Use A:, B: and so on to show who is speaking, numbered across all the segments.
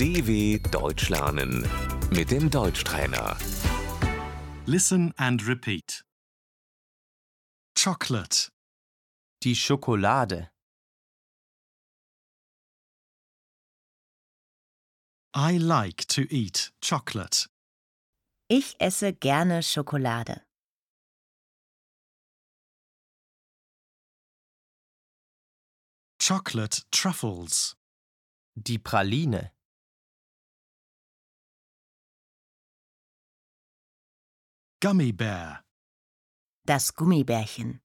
A: DW Deutsch lernen mit dem Deutschtrainer.
B: Listen and repeat. Chocolate,
C: Die Schokolade,
B: I like to eat chocolate.
D: Ich esse gerne Schokolade.
B: Chocolate truffles,
C: die Praline,
B: gummy bear,
D: Das Gummibärchen.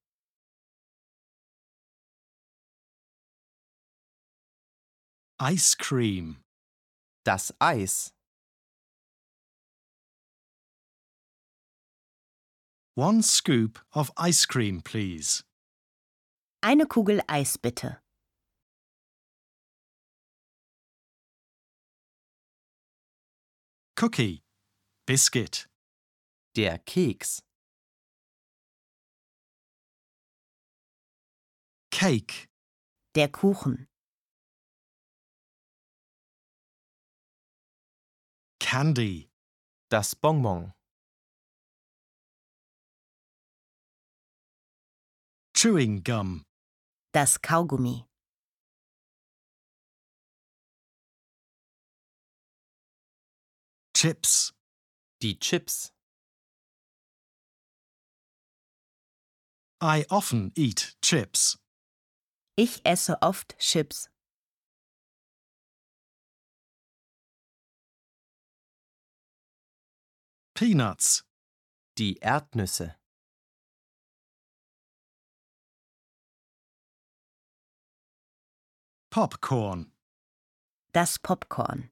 B: ice cream,
C: das Eis,
B: one scoop of ice cream please,
D: Eine Kugel Eis bitte.
B: cookie, biscuit,
C: der Keks,
B: cake,
D: Der Kuchen.
B: candy,
C: das Bonbon,
B: chewing gum,
D: Das Kaugummi.
B: chips,
C: die Chips,
B: I often eat chips.
D: Ich esse oft Chips.
B: Peanuts,
C: die Erdnüsse,
B: popcorn,
D: Das Popcorn.